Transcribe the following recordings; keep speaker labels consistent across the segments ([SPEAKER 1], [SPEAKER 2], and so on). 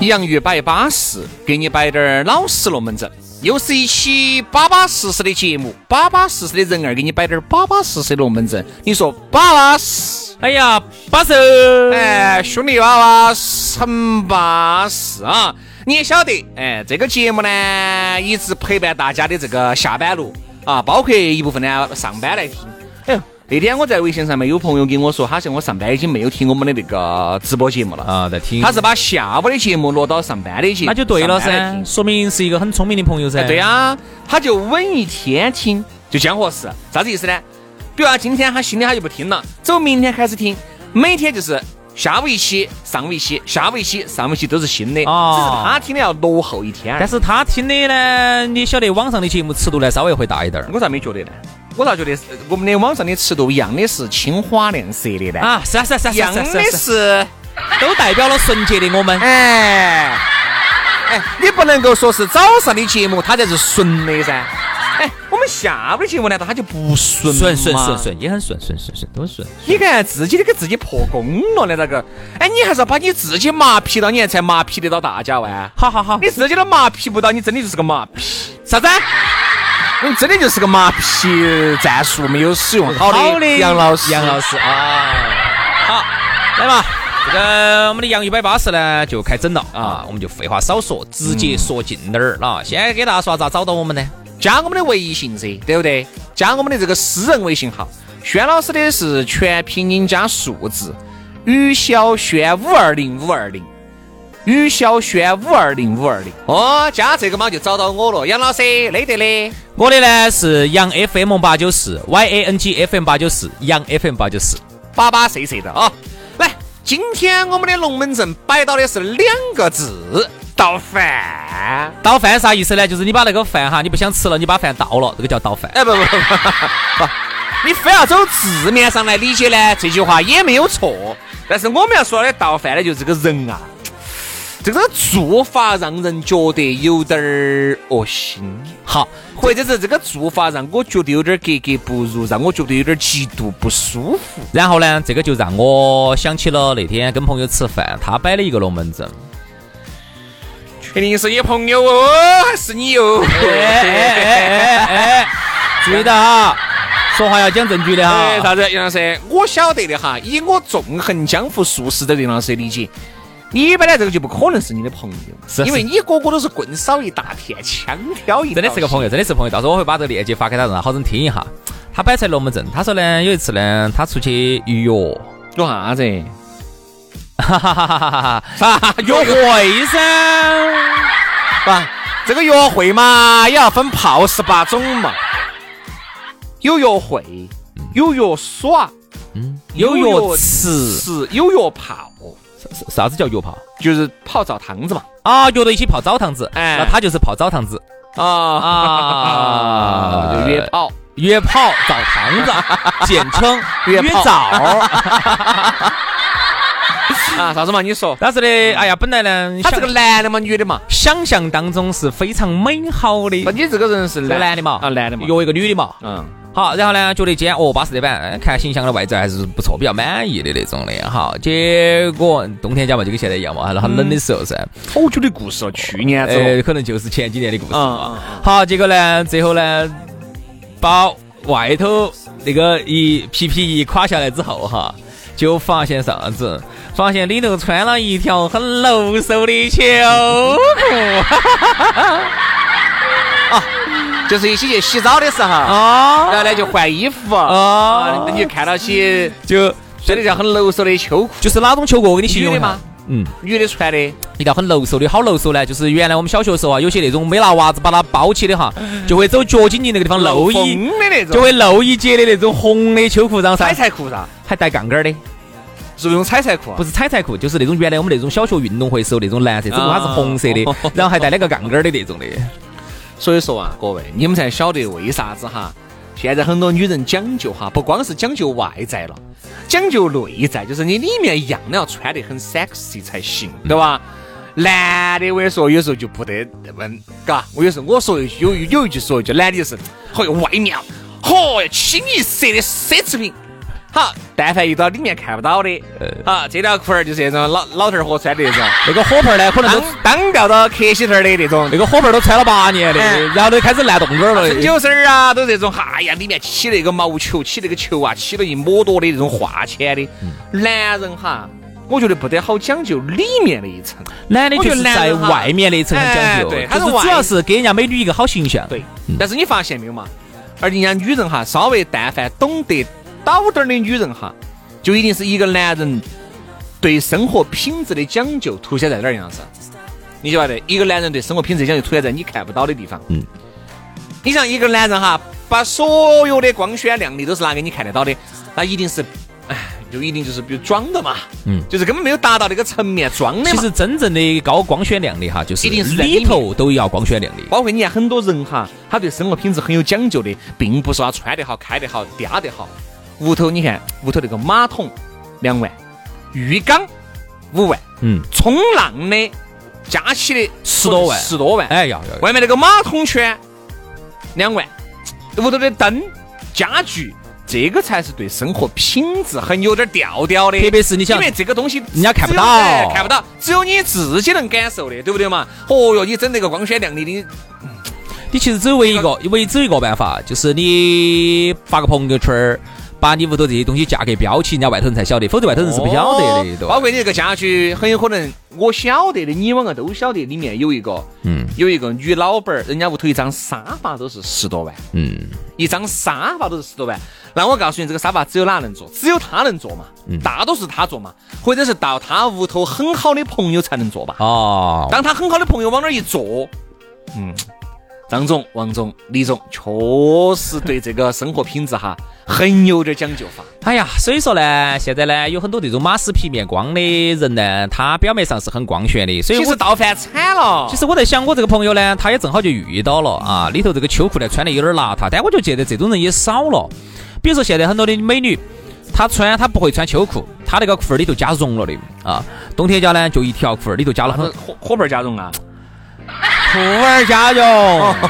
[SPEAKER 1] 洋芋摆巴适，给你摆点儿老实龙门阵。又是一期巴巴适适的节目，巴巴适适的人儿给你摆点儿巴巴适适的龙门阵。你说巴巴适？
[SPEAKER 2] 哎呀，巴适！
[SPEAKER 1] 哎，兄弟娃娃很巴适啊！你也晓得，哎，这个节目呢，一直陪伴大家的这个下班路啊，包括一部分呢上班来听。哎呦，那天我在微信上面有朋友跟我说，他说我上班已经没有听我们的那个直播节目了
[SPEAKER 2] 啊，在听
[SPEAKER 1] 他是把下午的节目挪到上班的节目，
[SPEAKER 2] 那就对了
[SPEAKER 1] 上班来
[SPEAKER 2] 噻，
[SPEAKER 1] 听
[SPEAKER 2] 说明是一个很聪明的朋友噻。
[SPEAKER 1] 哎哎对呀、他就稳一天听，就将合适。啥子意思呢？比如啊，今天他新的他就不听了，走明天开始听，每天就是下午一期，上午一期，下午一期，上午一期都是新的，
[SPEAKER 2] 哦
[SPEAKER 1] 只是他听的要落后一天而已。
[SPEAKER 2] 但是他听的呢，你晓得网上的节目尺度呢稍微会大一点儿
[SPEAKER 1] 我咋没觉得呢？我咋觉得是呃我们的网上的尺度一样的是青花亮色的呢？
[SPEAKER 2] 啊，是啊是啊是啊
[SPEAKER 1] 一
[SPEAKER 2] 是啊
[SPEAKER 1] 样
[SPEAKER 2] 是啊
[SPEAKER 1] 的
[SPEAKER 2] 是啊是啊，
[SPEAKER 1] 是，
[SPEAKER 2] 都代表了纯洁的我们。
[SPEAKER 1] 哎哎，你不能够说是早上的节目它才是纯的噻。哎，我们下午的节目难道它就不纯吗？
[SPEAKER 2] 顺顺顺顺，也很顺顺顺顺，都顺。
[SPEAKER 1] 你看自己都给自己破功了呢，那个，哎，你还是要把你自己麻痹到，你还才麻痹得到大家哇！
[SPEAKER 2] 好好好
[SPEAKER 1] 你，自己都麻痹不到，你真的就是个麻痹，
[SPEAKER 2] 啥子？
[SPEAKER 1] 你真的就是个麻痹战术没有使用好的杨老师，
[SPEAKER 2] 杨老
[SPEAKER 1] 师，
[SPEAKER 2] 师啊，好，来嘛。这个我们的洋芋摆巴士呢就开整了啊，我们就废话少说，直接说近点儿啦。先给大家说咋找到我们呢？
[SPEAKER 1] 加我们的微信噻，对不对？加我们的这个私人微信号，轩老师的是全拼音加数字，于小轩五二零五二零。于小轩五二零五二零哦，加这个嘛就找到我了，杨老师，累得嘞。
[SPEAKER 2] 我的呢是杨 FM 八九四，Y A N G F M 八九四，杨 FM 八九四。
[SPEAKER 1] 巴巴适适的啊！来，今天我们的龙门阵摆到的是两个字：倒饭。
[SPEAKER 2] 倒饭啥意思呢？就是你把那个饭哈，你不想吃了，你把饭倒了，这个叫倒饭。
[SPEAKER 1] 哎，不不不不不， 你非要走字面上来理解呢，这句话也没有错。但是我们要说的倒饭呢，就是这个人啊，这个做法让人觉得有点儿恶心。
[SPEAKER 2] 好，
[SPEAKER 1] 或者是这个做法让我觉得有点儿格格不入，让我觉得有点儿极度不舒服。
[SPEAKER 2] 然后呢，这个就让我想起了那天跟朋友吃饭，他摆了一个龙门阵。
[SPEAKER 1] 确定是你朋友哦，还是你哟？哎
[SPEAKER 2] 注意到哈，说话要讲证据的
[SPEAKER 1] 哎，
[SPEAKER 2] 哈。
[SPEAKER 1] 啥子杨老师？我晓得的哈，以我纵横江湖数十的杨老师理解，你本来这个就不可能是你的朋友，
[SPEAKER 2] 是
[SPEAKER 1] 因为你个个都是棍扫一大片，枪挑一，
[SPEAKER 2] 真的是个朋
[SPEAKER 1] 友。
[SPEAKER 2] 友，真的是朋友。到时候我会把这个链接发给他，让他好生听一下。他摆出来龙门阵，他说呢，有一次呢，他出去约，
[SPEAKER 1] 有啥子？
[SPEAKER 2] 哈哈哈哈哈哈，
[SPEAKER 1] 啥
[SPEAKER 2] 约会噻。
[SPEAKER 1] 吧？这个约会嘛，也要分泡十八种嘛，有约会，有约耍，
[SPEAKER 2] 嗯，有约吃，
[SPEAKER 1] 是有约泡，
[SPEAKER 2] 啥啥子叫约炮？
[SPEAKER 1] 就是泡澡堂子嘛。
[SPEAKER 2] 啊，约到一起泡澡堂子，
[SPEAKER 1] 哎
[SPEAKER 2] 那他就是泡澡堂子
[SPEAKER 1] 啊
[SPEAKER 2] 啊
[SPEAKER 1] 就约炮。
[SPEAKER 2] 约炮澡堂子，简称
[SPEAKER 1] 约
[SPEAKER 2] 约
[SPEAKER 1] 炮
[SPEAKER 2] 澡。
[SPEAKER 1] 啊，啥子嘛？你说，
[SPEAKER 2] 但是呢，哎呀，本来呢，
[SPEAKER 1] 嗯他这个
[SPEAKER 2] 想
[SPEAKER 1] 男的嘛，女的嘛？
[SPEAKER 2] 想象当中是非常美好的
[SPEAKER 1] 不，，你这个人是
[SPEAKER 2] 这个男的嘛，
[SPEAKER 1] 啊，男的嘛，
[SPEAKER 2] 约一个女的嘛。
[SPEAKER 1] 嗯，
[SPEAKER 2] 好，然后呢，觉得今天哦巴适的板，哎看形象的外在还是不错，比较满意的那种的。好，结果冬天家嘛，就跟现在一样嘛，还是很冷的时候噻。
[SPEAKER 1] 好久的故事了，去年子哦
[SPEAKER 2] 呃，可能就是前几年的故事
[SPEAKER 1] 嗯
[SPEAKER 2] 嘛。好，结果呢，最后呢，把外头那个一皮皮一垮下来之后哈，就发现啥子？发现里头穿了一条很露手的秋裤
[SPEAKER 1] 哎就是一起去洗澡的时候，
[SPEAKER 2] 啊
[SPEAKER 1] 然后呢就换衣服，
[SPEAKER 2] 啊
[SPEAKER 1] 啊，你就看到起
[SPEAKER 2] 就
[SPEAKER 1] 穿的像很露手的秋裤，
[SPEAKER 2] 就是哪种秋裤？我给你形容
[SPEAKER 1] 女
[SPEAKER 2] 一
[SPEAKER 1] 的
[SPEAKER 2] 下
[SPEAKER 1] 吗。？
[SPEAKER 2] 嗯，
[SPEAKER 1] 女的穿的，
[SPEAKER 2] 一条很露手的，好露手呢，就是原来我们小学时候啊，有些那种没拿袜子把它包起的哈，就会走脚筋筋那个地方露
[SPEAKER 1] 哎风
[SPEAKER 2] 一，
[SPEAKER 1] 的那种，
[SPEAKER 2] 就会露一截的那种红的秋裤，然后
[SPEAKER 1] 彩
[SPEAKER 2] 噻
[SPEAKER 1] 彩裤噻，
[SPEAKER 2] 还带杠杆儿的，
[SPEAKER 1] 是不是用彩彩裤啊？
[SPEAKER 2] 不
[SPEAKER 1] 是，
[SPEAKER 2] 是彩彩裤，就是那种原来我们那种小学运动会时候那种蓝色，只不过它是红色的
[SPEAKER 1] 啊，
[SPEAKER 2] 然后还带两个杠杆儿的那种的。
[SPEAKER 1] 所以说啊，各位，你们才晓得为啥子哈。现在很多女人讲究哈，不光是讲究外在了，讲究内在，就是你里面一样的要穿得很 sexy 才行，对吧？男的我跟你说，有时候就不得问，嘎，我有时候我说一句，有有一句说一句，男的就是，嚯哟，外面，嚯哟，清一色的奢侈品。好，但凡遇到里面看不到的，啊，这条裤儿就是那种老老头儿伙穿的那种，
[SPEAKER 2] 那个火盆儿呢，可能
[SPEAKER 1] 当
[SPEAKER 2] 都
[SPEAKER 1] 当告到客喜头儿的那种
[SPEAKER 2] 那。个火盆儿都穿了八年
[SPEAKER 1] 哎
[SPEAKER 2] 的，然后都开始烂洞洞了
[SPEAKER 1] 针。灸丝儿啊，都是这种，哎呀，里面起那个毛球，起那个球啊，起了一抹多的那种化纤的。男人哈，我觉得不得好讲究里面那一层。
[SPEAKER 2] 男的
[SPEAKER 1] 我
[SPEAKER 2] 就
[SPEAKER 1] 觉得
[SPEAKER 2] 是
[SPEAKER 1] 男
[SPEAKER 2] 在
[SPEAKER 1] 人哈
[SPEAKER 2] 外面那一层很讲
[SPEAKER 1] 哎
[SPEAKER 2] 究，
[SPEAKER 1] 对他是
[SPEAKER 2] 就是主
[SPEAKER 1] 外
[SPEAKER 2] 要是给人家美女一个好形象。
[SPEAKER 1] 对，但是你发现没有嘛？而人家女人哈，稍微但凡懂得倒点儿的女人哈，就一定是一个男人对生活品质的讲究凸显在哪儿样子？你晓得，一个男人对生活品质的讲究凸显在你看不到的地方。嗯，你像一个男人哈，把所有的光鲜亮丽都是拿给你看得到的，那一定是，哎，就一定就是比如装的嘛，
[SPEAKER 2] 嗯，
[SPEAKER 1] 就是根本没有达到那个层面装的嘛。
[SPEAKER 2] 其实真正的高光鲜亮丽哈，就是
[SPEAKER 1] 一定是在里
[SPEAKER 2] 里
[SPEAKER 1] 面
[SPEAKER 2] 头都要光鲜亮丽。
[SPEAKER 1] 包括你看很多人哈，他对生活品质很有讲究的，并不是他穿得好、开得好、嗲得好。屋头你看，屋头那个马桶两万，浴缸五万，
[SPEAKER 2] 嗯，
[SPEAKER 1] 冲浪的加起的
[SPEAKER 2] 十多万
[SPEAKER 1] 十多万。
[SPEAKER 2] 哎呀，要要
[SPEAKER 1] 外面那个马桶圈两万，屋头的灯、家具，这个才是对生活品质很有点调调的。
[SPEAKER 2] 特别是你想
[SPEAKER 1] 因为这个东西人
[SPEAKER 2] 家看不到
[SPEAKER 1] 看不到，只有你自己能感受的，对不对嘛？哦哟，你整那个光鲜亮丽的。
[SPEAKER 2] 你其实只有唯一一个，唯只有一个办法，就是你发个朋友圈儿，把你屋头这些东西价格标起，人家外头人才晓得，否则外头 人是不晓得的，对吧
[SPEAKER 1] 哦包？括你这个家居，很有可能我晓得的，你我都晓得，里面有一个，
[SPEAKER 2] 嗯
[SPEAKER 1] 有一个女老板儿，人家屋头一张沙发都是十多万，
[SPEAKER 2] 嗯，
[SPEAKER 1] 一张沙发都是十多万。那我告诉你，这个沙发只有哪能坐？只有她能坐嘛，
[SPEAKER 2] 嗯
[SPEAKER 1] 大多数她坐嘛，或者是到她屋头很好的朋友才能坐吧。
[SPEAKER 2] 哦，
[SPEAKER 1] 当她很好的朋友往那儿一坐，嗯，张总、王总、李总确实对这个生活品质哈很有点讲究法。
[SPEAKER 2] 哎呀，所以说呢，现在呢，有很多这种马斯皮面光的人呢，他表面上是很光鲜的，所以
[SPEAKER 1] 其
[SPEAKER 2] 我
[SPEAKER 1] 实倒饭惨了，
[SPEAKER 2] 其实我在想，我这个朋友呢，他也正好就遇到了啊，里头这个秋裤呢穿的有点邋遢，但我就觉得这种人也少了。比如说现在很多的美女，她穿她不会穿秋裤，她那个裤儿里头加绒了的啊，冬天家呢就一条裤儿里头加了很
[SPEAKER 1] 伙伙伴加绒啊。
[SPEAKER 2] 裤儿加绒，火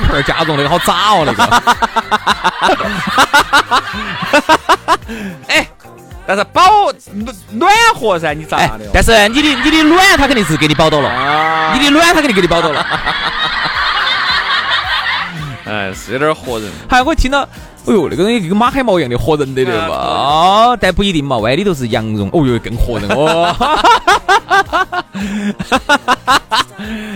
[SPEAKER 2] 盆儿加绒那个好渣哦那个，
[SPEAKER 1] 哎，但是保暖和噻，你咋
[SPEAKER 2] 哎
[SPEAKER 1] 拿的，哟？哦
[SPEAKER 2] 但是你的你的卵他肯定是给你保到了，
[SPEAKER 1] 啊，
[SPEAKER 2] 你的卵他肯定给你保到了。
[SPEAKER 1] 哎，是有点吓人。
[SPEAKER 2] 还我听到，哎呦，那个东西跟马海毛一样的活人的对吧？哦，但不一定嘛，万一里头是羊绒，哦哟，更活 人哦。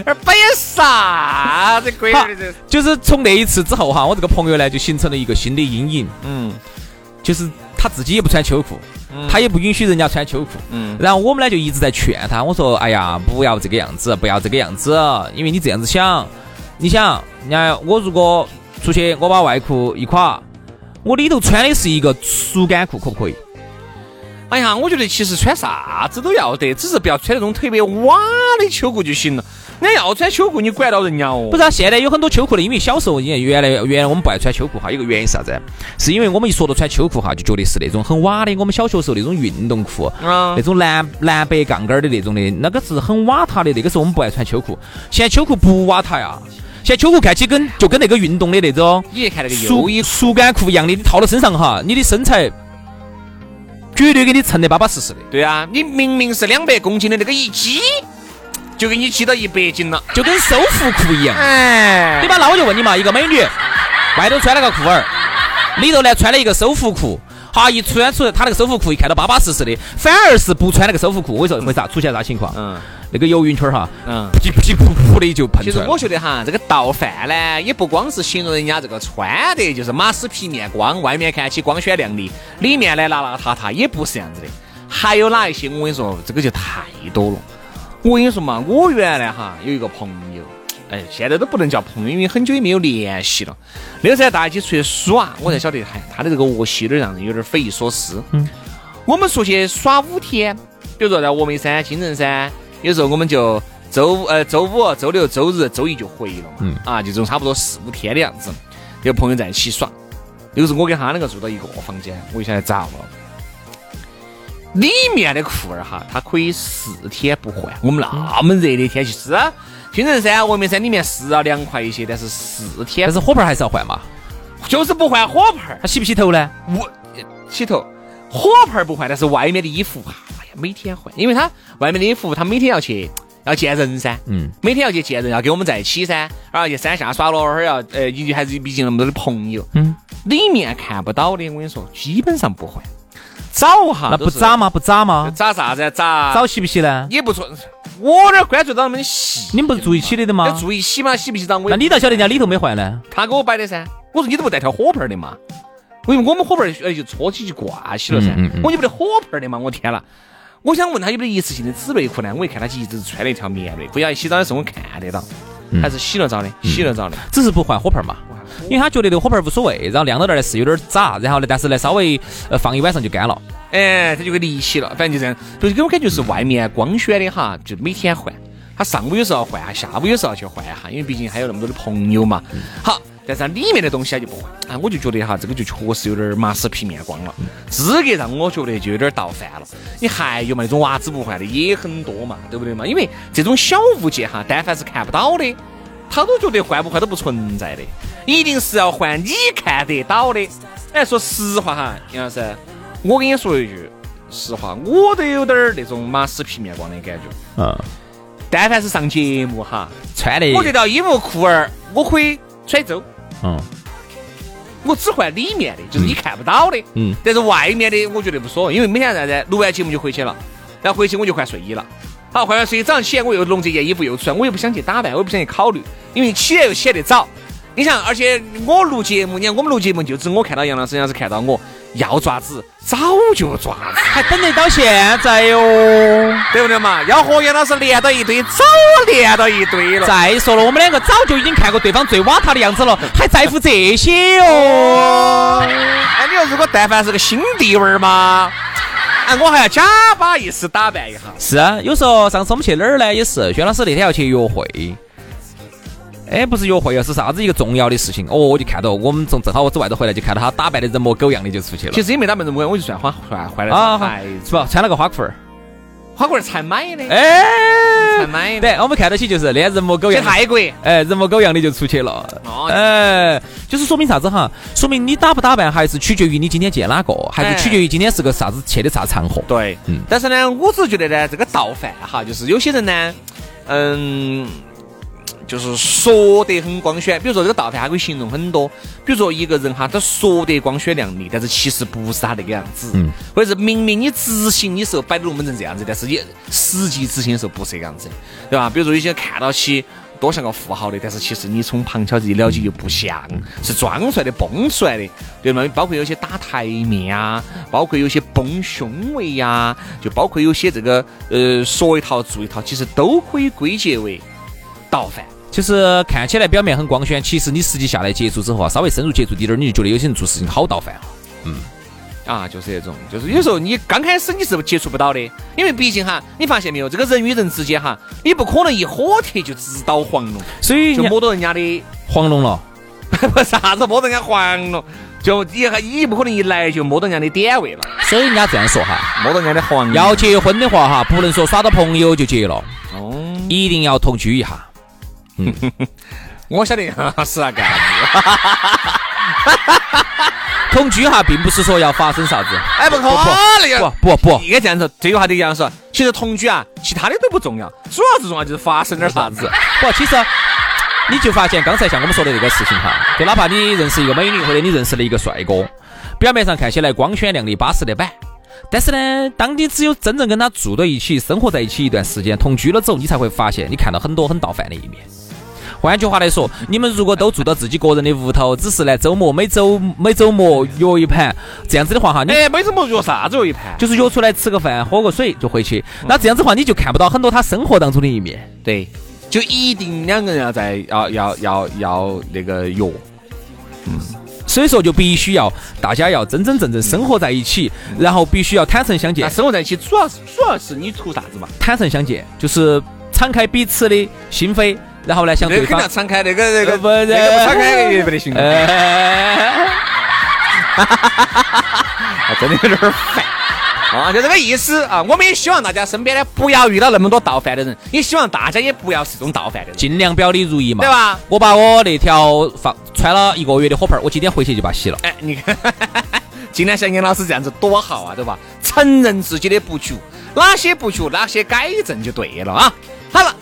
[SPEAKER 1] 而摆啥子鬼儿的这？
[SPEAKER 2] 就是从那一次之后哈，我这个朋友呢就形成了一个新的阴影，
[SPEAKER 1] 嗯
[SPEAKER 2] 就是他自己也不穿秋裤，他也不允许人家穿秋裤。
[SPEAKER 1] 嗯，
[SPEAKER 2] 然后我们呢就一直在劝他，我说：“哎呀，不要这个样子，不要这个样子，因为你这样子想，你想，人家我如果出去，我把外裤一垮，我里头穿的是一个速干裤，可不可以？
[SPEAKER 1] 哎呀，我觉得其实穿啥子都要得，只是不要穿那种特别哇的秋裤就行了。人家要穿秋裤，你管到人家哦。
[SPEAKER 2] 不是、啊，现在有很多秋裤的，因为小时候，你看原来原来我们不爱穿秋裤哈，有个原因是啥子？是因为我们一说到穿秋裤哈，就觉得是那种很瓦的，我们小学时候那种运动裤，
[SPEAKER 1] 啊
[SPEAKER 2] 那种蓝蓝白杠杆儿的那种的，那个是很瓦遢的，那个时候我们不爱穿秋裤。现在秋裤不瓦遢呀，现在秋裤看起跟就跟那个运动的那种
[SPEAKER 1] 你去看那个
[SPEAKER 2] 速
[SPEAKER 1] 优衣库，
[SPEAKER 2] 速干裤一样的，你套到身上哈，你的身材绝对给你衬得巴巴适适的，
[SPEAKER 1] 对啊，你明明是两百公斤的那个一挤，就给你挤到一百斤了。
[SPEAKER 2] 就跟收腹裤一样。
[SPEAKER 1] 哎
[SPEAKER 2] 对吧？那我就问你嘛，一个美女，外头穿了个裤儿，里头呢穿了一个收腹裤，哈一穿出他那个手扶裤，一看到巴巴适适的，反而是不穿那个手扶裤，我跟你说会啥出现啥情况？
[SPEAKER 1] 嗯
[SPEAKER 2] 那个游云圈儿哈，
[SPEAKER 1] 嗯。
[SPEAKER 2] 噗叽噗叽噗噗的就喷
[SPEAKER 1] 其
[SPEAKER 2] 出
[SPEAKER 1] 实
[SPEAKER 2] 来了
[SPEAKER 1] 我。觉得哈，这个倒饭呢，也不光是形容人家这个穿的，就是马斯皮面光，外面看起光鲜亮丽，里面呢邋邋遢遢，也不是这样子的。还有哪一些？我跟你说，这个就太多了。我跟你说嘛，我原来哈有一个朋友，哎，现在都不能叫朋友，因为很久也没有联系了。那个时候大家一起出去耍，我才晓得，嗨，他的这个恶习有点让人有点匪夷所思。嗯，我们出去耍五天，比如说在峨眉山、青城山，有时候我们就周五呃周五、周六、周日、周一就回了嘛，
[SPEAKER 2] 嗯
[SPEAKER 1] 啊，就这种差不多四五天的样子，有朋友在一起耍。有时候我跟他两个住到一个房间，我就晓得咋了。里面的裤儿哈，它可以四天不换。我们那么热的天气是啊，青城山、峨眉山里面是要凉快一些，但是四天
[SPEAKER 2] 但是火盆儿还是要换嘛，
[SPEAKER 1] 就是不换火盆儿
[SPEAKER 2] 他，洗不洗头呢？
[SPEAKER 1] 我洗头，火盆儿不换，但是外面的衣服，哎呀，每天换，因为他外面的衣服，他每天要去要见人噻，
[SPEAKER 2] 嗯，
[SPEAKER 1] 每天要去见人，要跟我们在一起噻，然后去山下耍了，偶尔要呃，你还是毕竟那么多的朋友，
[SPEAKER 2] 嗯，
[SPEAKER 1] 里面看不到的，我跟你说，基本上不换，找哈
[SPEAKER 2] 那
[SPEAKER 1] 啊都
[SPEAKER 2] 不
[SPEAKER 1] 是
[SPEAKER 2] 渣吗？不渣吗？
[SPEAKER 1] 找啥子？找
[SPEAKER 2] 找洗不洗呢？
[SPEAKER 1] 也不错，我哪儿关注到那么细？
[SPEAKER 2] 你们不是住一起的的
[SPEAKER 1] 要
[SPEAKER 2] 吗？
[SPEAKER 1] 住一起嘛？洗不洗澡？我
[SPEAKER 2] 那
[SPEAKER 1] 也
[SPEAKER 2] 你咋晓得人家里头没换呢？
[SPEAKER 1] 他给我摆的噻。我说你都不带条火盆儿的嘛？因为我们火盆儿呃就搓起就挂起了噻。
[SPEAKER 2] 嗯嗯嗯
[SPEAKER 1] 我说你不得火盆儿的嘛？我天啦！我想问他有没得一次性的纸内裤呢？我一看他一直穿了一条棉内裤，要洗澡的时候我看得到，
[SPEAKER 2] 嗯
[SPEAKER 1] 还是洗了澡的，洗了澡的。
[SPEAKER 2] 只是不换火盆儿嘛，因为他觉得这个火盆儿无所谓，然后晾到那儿呢是有点儿渣，然后呢，但是呢稍微呃放一晚上就干了。
[SPEAKER 1] 哎，他就给离奇了，反正就这样，就是给我感觉是外面光鲜的哈，就每天换，他上午有时候要换，啊下午有时候要去换一下，因为毕竟还有那么多的朋友嘛。好，但是它里面的东西他就不换，啊，我就觉得哈，这个就确实有点儿马死皮面光了，资格让我觉得就有点儿倒饭了。你还有嘛那种娃子不换的也很多嘛，对不对嘛？因为这种小物件哈，但凡是看不到的。他都觉得换不换都不存在的，一定是要换你看得到的。哎，说实话哈，杨老师，我跟你说一句实话，我都有点儿那种马死皮面光的感觉。
[SPEAKER 2] 嗯，
[SPEAKER 1] 但凡是上节目哈，
[SPEAKER 2] 穿的
[SPEAKER 1] 我这条衣服裤儿我可以穿一周，
[SPEAKER 2] 嗯
[SPEAKER 1] 我只换里面的，就是你看不到的。
[SPEAKER 2] 嗯，
[SPEAKER 1] 但是外面的我觉得无所谓，因为每天啥子，录完节目就回去了，然后回去我就换睡衣了。好，换完睡衣，早上起来我又弄这件衣服又穿，我又不想去打扮，我又不想去考虑，因为起来又起得早。你想，而且我录节目，你看我们录节目，就只我看到杨老师，杨老师看到我，要爪子早就爪子，
[SPEAKER 2] 还等得到现在哟。
[SPEAKER 1] 对不对嘛？要和杨老师连到一堆，早连到一堆了。
[SPEAKER 2] 再说了，我们两个早就已经看过对方最邋遢的样 子了，还在乎这些哦？
[SPEAKER 1] 哎，你说如果但凡是个新地位儿嘛，哎，我还要假把意思打扮一下。
[SPEAKER 2] 是啊，有时候上次我们去哪儿呢？也是轩老师那天要去约会，哎，不是约会啊，是啥子一个重要的事情哦？我就看到我们从正好我从外头回来，就看到他打扮的人模狗样的就出去了
[SPEAKER 1] 其实也没打扮成我，我就算花换换了
[SPEAKER 2] 啊，
[SPEAKER 1] 双
[SPEAKER 2] 好
[SPEAKER 1] 鞋
[SPEAKER 2] 是吧？穿了个花裤儿，
[SPEAKER 1] 花棍儿才买的，才
[SPEAKER 2] 哎，
[SPEAKER 1] 买的。
[SPEAKER 2] 对，我们看到起就是那人模狗
[SPEAKER 1] 去
[SPEAKER 2] 样的，
[SPEAKER 1] 泰国，
[SPEAKER 2] 哎，人模狗样的就出去了。
[SPEAKER 1] 哦
[SPEAKER 2] 哎，就是说明啥子哈？说明你打不打扮，还是取决于你今天见哪个，还
[SPEAKER 1] 哎
[SPEAKER 2] 是取决于今天是个啥子去的啥场合。
[SPEAKER 1] 对，
[SPEAKER 2] 嗯
[SPEAKER 1] 但是呢，我只是觉得呢，这个倒饭哈，就是有些人呢，嗯，就是说得很光鲜，比如说这个倒饭，它可以形容很多，比如说一个人哈，他说得光鲜亮丽，但是其实不是他那个样子，
[SPEAKER 2] 嗯，
[SPEAKER 1] 或者是明明你执行的时候摆的龙门阵这样子，但是你实际执行的时候不是这个样子，对吧？比如说有些看到起。多像个富豪的，但是其实你从旁敲一了解就不像，是装出来的、崩出来的，对吗？包括有些打台面啊，包括有些崩胸围呀、就包括有些这个呃说一套做一套，其实都可以归结为倒饭。
[SPEAKER 2] 就是看起来表面很光鲜，其实你实际下来接触之后啊，稍微深入接触滴点儿，你就觉得有些人做事情好倒饭啊。
[SPEAKER 1] 啊，就是这种，就是有时候你刚开始你是接触不到的，因为毕竟哈，你发现没有，这个人与人之间哈，你不可能一火贴就直捣黄龙，
[SPEAKER 2] 所以
[SPEAKER 1] 就
[SPEAKER 2] 人家
[SPEAKER 1] 摸到人家的，
[SPEAKER 2] 黄龙了，
[SPEAKER 1] 不是啥子摸到人家黄龙，就你还你不可能一来就摸到人家的点位了，
[SPEAKER 2] 所以人家这样说哈，
[SPEAKER 1] 摸到人家的黄龙。
[SPEAKER 2] 要结婚的话哈，不能说耍到朋友就结了，
[SPEAKER 1] 哦，
[SPEAKER 2] 一定要同居一下。
[SPEAKER 1] 我晓得是啊，干啥子？
[SPEAKER 2] 同居哈，并不是说要发生啥子，
[SPEAKER 1] 哎，不可能呀！
[SPEAKER 2] 不不不，
[SPEAKER 1] 应该这样说，这句话得这样说。其实同居啊，其他的都不重要，主要是重要就是发生点啥子。
[SPEAKER 2] 不，其实啊你就发现刚才像我们说的这个事情哈，就哪怕你认识一个美女，或者你认识了一个帅哥，表面上看起来光鲜亮丽、巴适的板。但是呢，当你只有真正跟他住到一起、生活在一起一段时间、同居了之后，你才会发现，你看到很多很倒饭的一面。换句话来说，你们如果都住到自己个人的屋头，只是呢周末每周每周末约一盘，这样子的话哈，你
[SPEAKER 1] 哎，每次我约啥子约一盘？
[SPEAKER 2] 就是约出来吃个饭、喝个水就回去。那这样子的话，你就看不到很多他生活当中的一面。
[SPEAKER 1] 对，就一定两个人要在要要要要那个约。
[SPEAKER 2] 所以说，就必须要大家要真真正正生活在一起，然后必须要坦诚相
[SPEAKER 1] 嗯那
[SPEAKER 2] 见。
[SPEAKER 1] 生活在一起主要是主要是你图啥子嘛？
[SPEAKER 2] 坦诚相见就是敞开彼此的心扉，然后呢向
[SPEAKER 1] 那
[SPEAKER 2] 对
[SPEAKER 1] 个肯定
[SPEAKER 2] 方
[SPEAKER 1] 要。敞开，那个那个
[SPEAKER 2] 呃不是
[SPEAKER 1] 那个不敞开也不得行。哎，
[SPEAKER 2] 呃哎，
[SPEAKER 1] 真的有点烦。啊，就这个意思啊！我们也希望大家身边呢不要遇到那么多倒饭的人，也希望大家也不要是这种倒饭的人，
[SPEAKER 2] 尽量表里如一嘛，
[SPEAKER 1] 对？吧？
[SPEAKER 2] 我把我那条放穿了一个月的火盆儿，我今天回去就把它洗了。
[SPEAKER 1] 哎，你看， 今天像严老师这样子多好啊，对吧？承认自己的不足，哪些不足，哪些改正就对了啊。好了，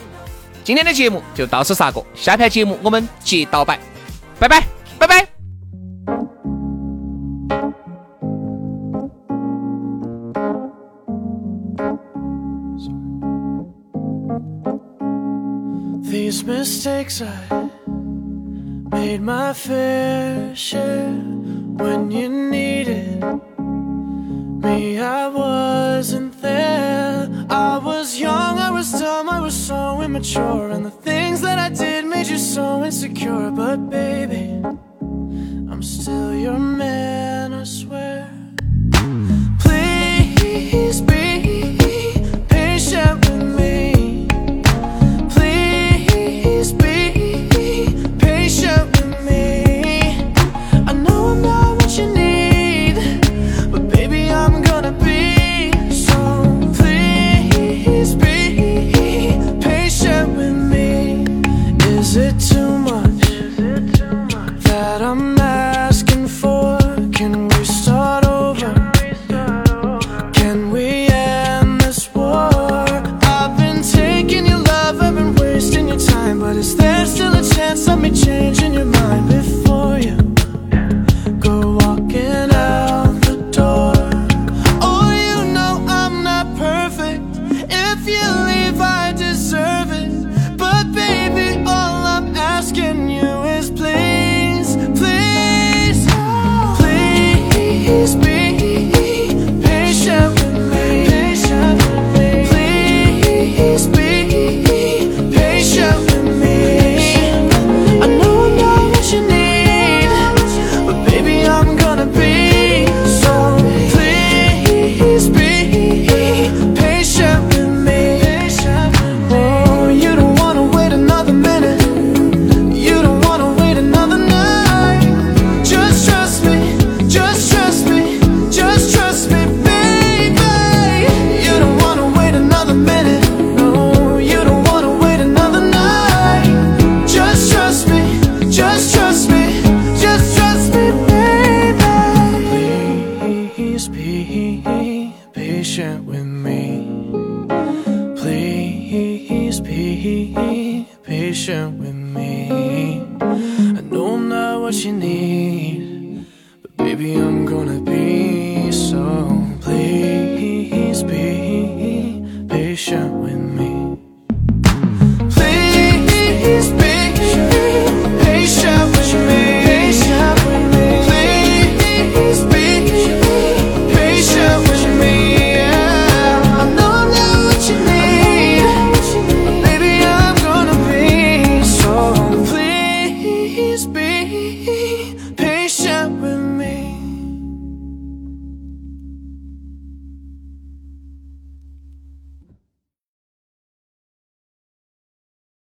[SPEAKER 1] 今天的节目就到此煞过，下盘节目我们接到摆，拜拜，拜拜。
[SPEAKER 3] These mistakes I made my fair share when you needed me. I wasn't there. I was young, I was dumb, I was so immature. And the things that I did made you so insecure. But baby, I'm still your man, I swear. Please be patient with me. Please be patient with me. I know I'm not what you need, but baby, I'm gonna be. So please be patient with me. Is it too much that I'm asking for? Can we start over? Can we end this war? I've been taking your love, I've been wasting your time. But is there still a chance of me changing your mind before you go walking out the door? Oh, you know I'm not perfect. If you leave, I deserve it. But baby, all I'm asking you is please, please, please be patient with me. Please be patient with me. I know I'm not what you need, but baby, I'm gonna be so. Please be patient with me. Oh, you don't wanna wait another minute. You don't wanna wait another night. Just trust me, just trust me, just trust me, baby. You don't wanna wait another minute. No, you don't wanna wait another night. Just trust me, just trust me, just trust me, baby. Please be patient with me. Please be patient with me. I know I'm not what you need, but baby, I'm gonna be so. Please be patient with me. Please be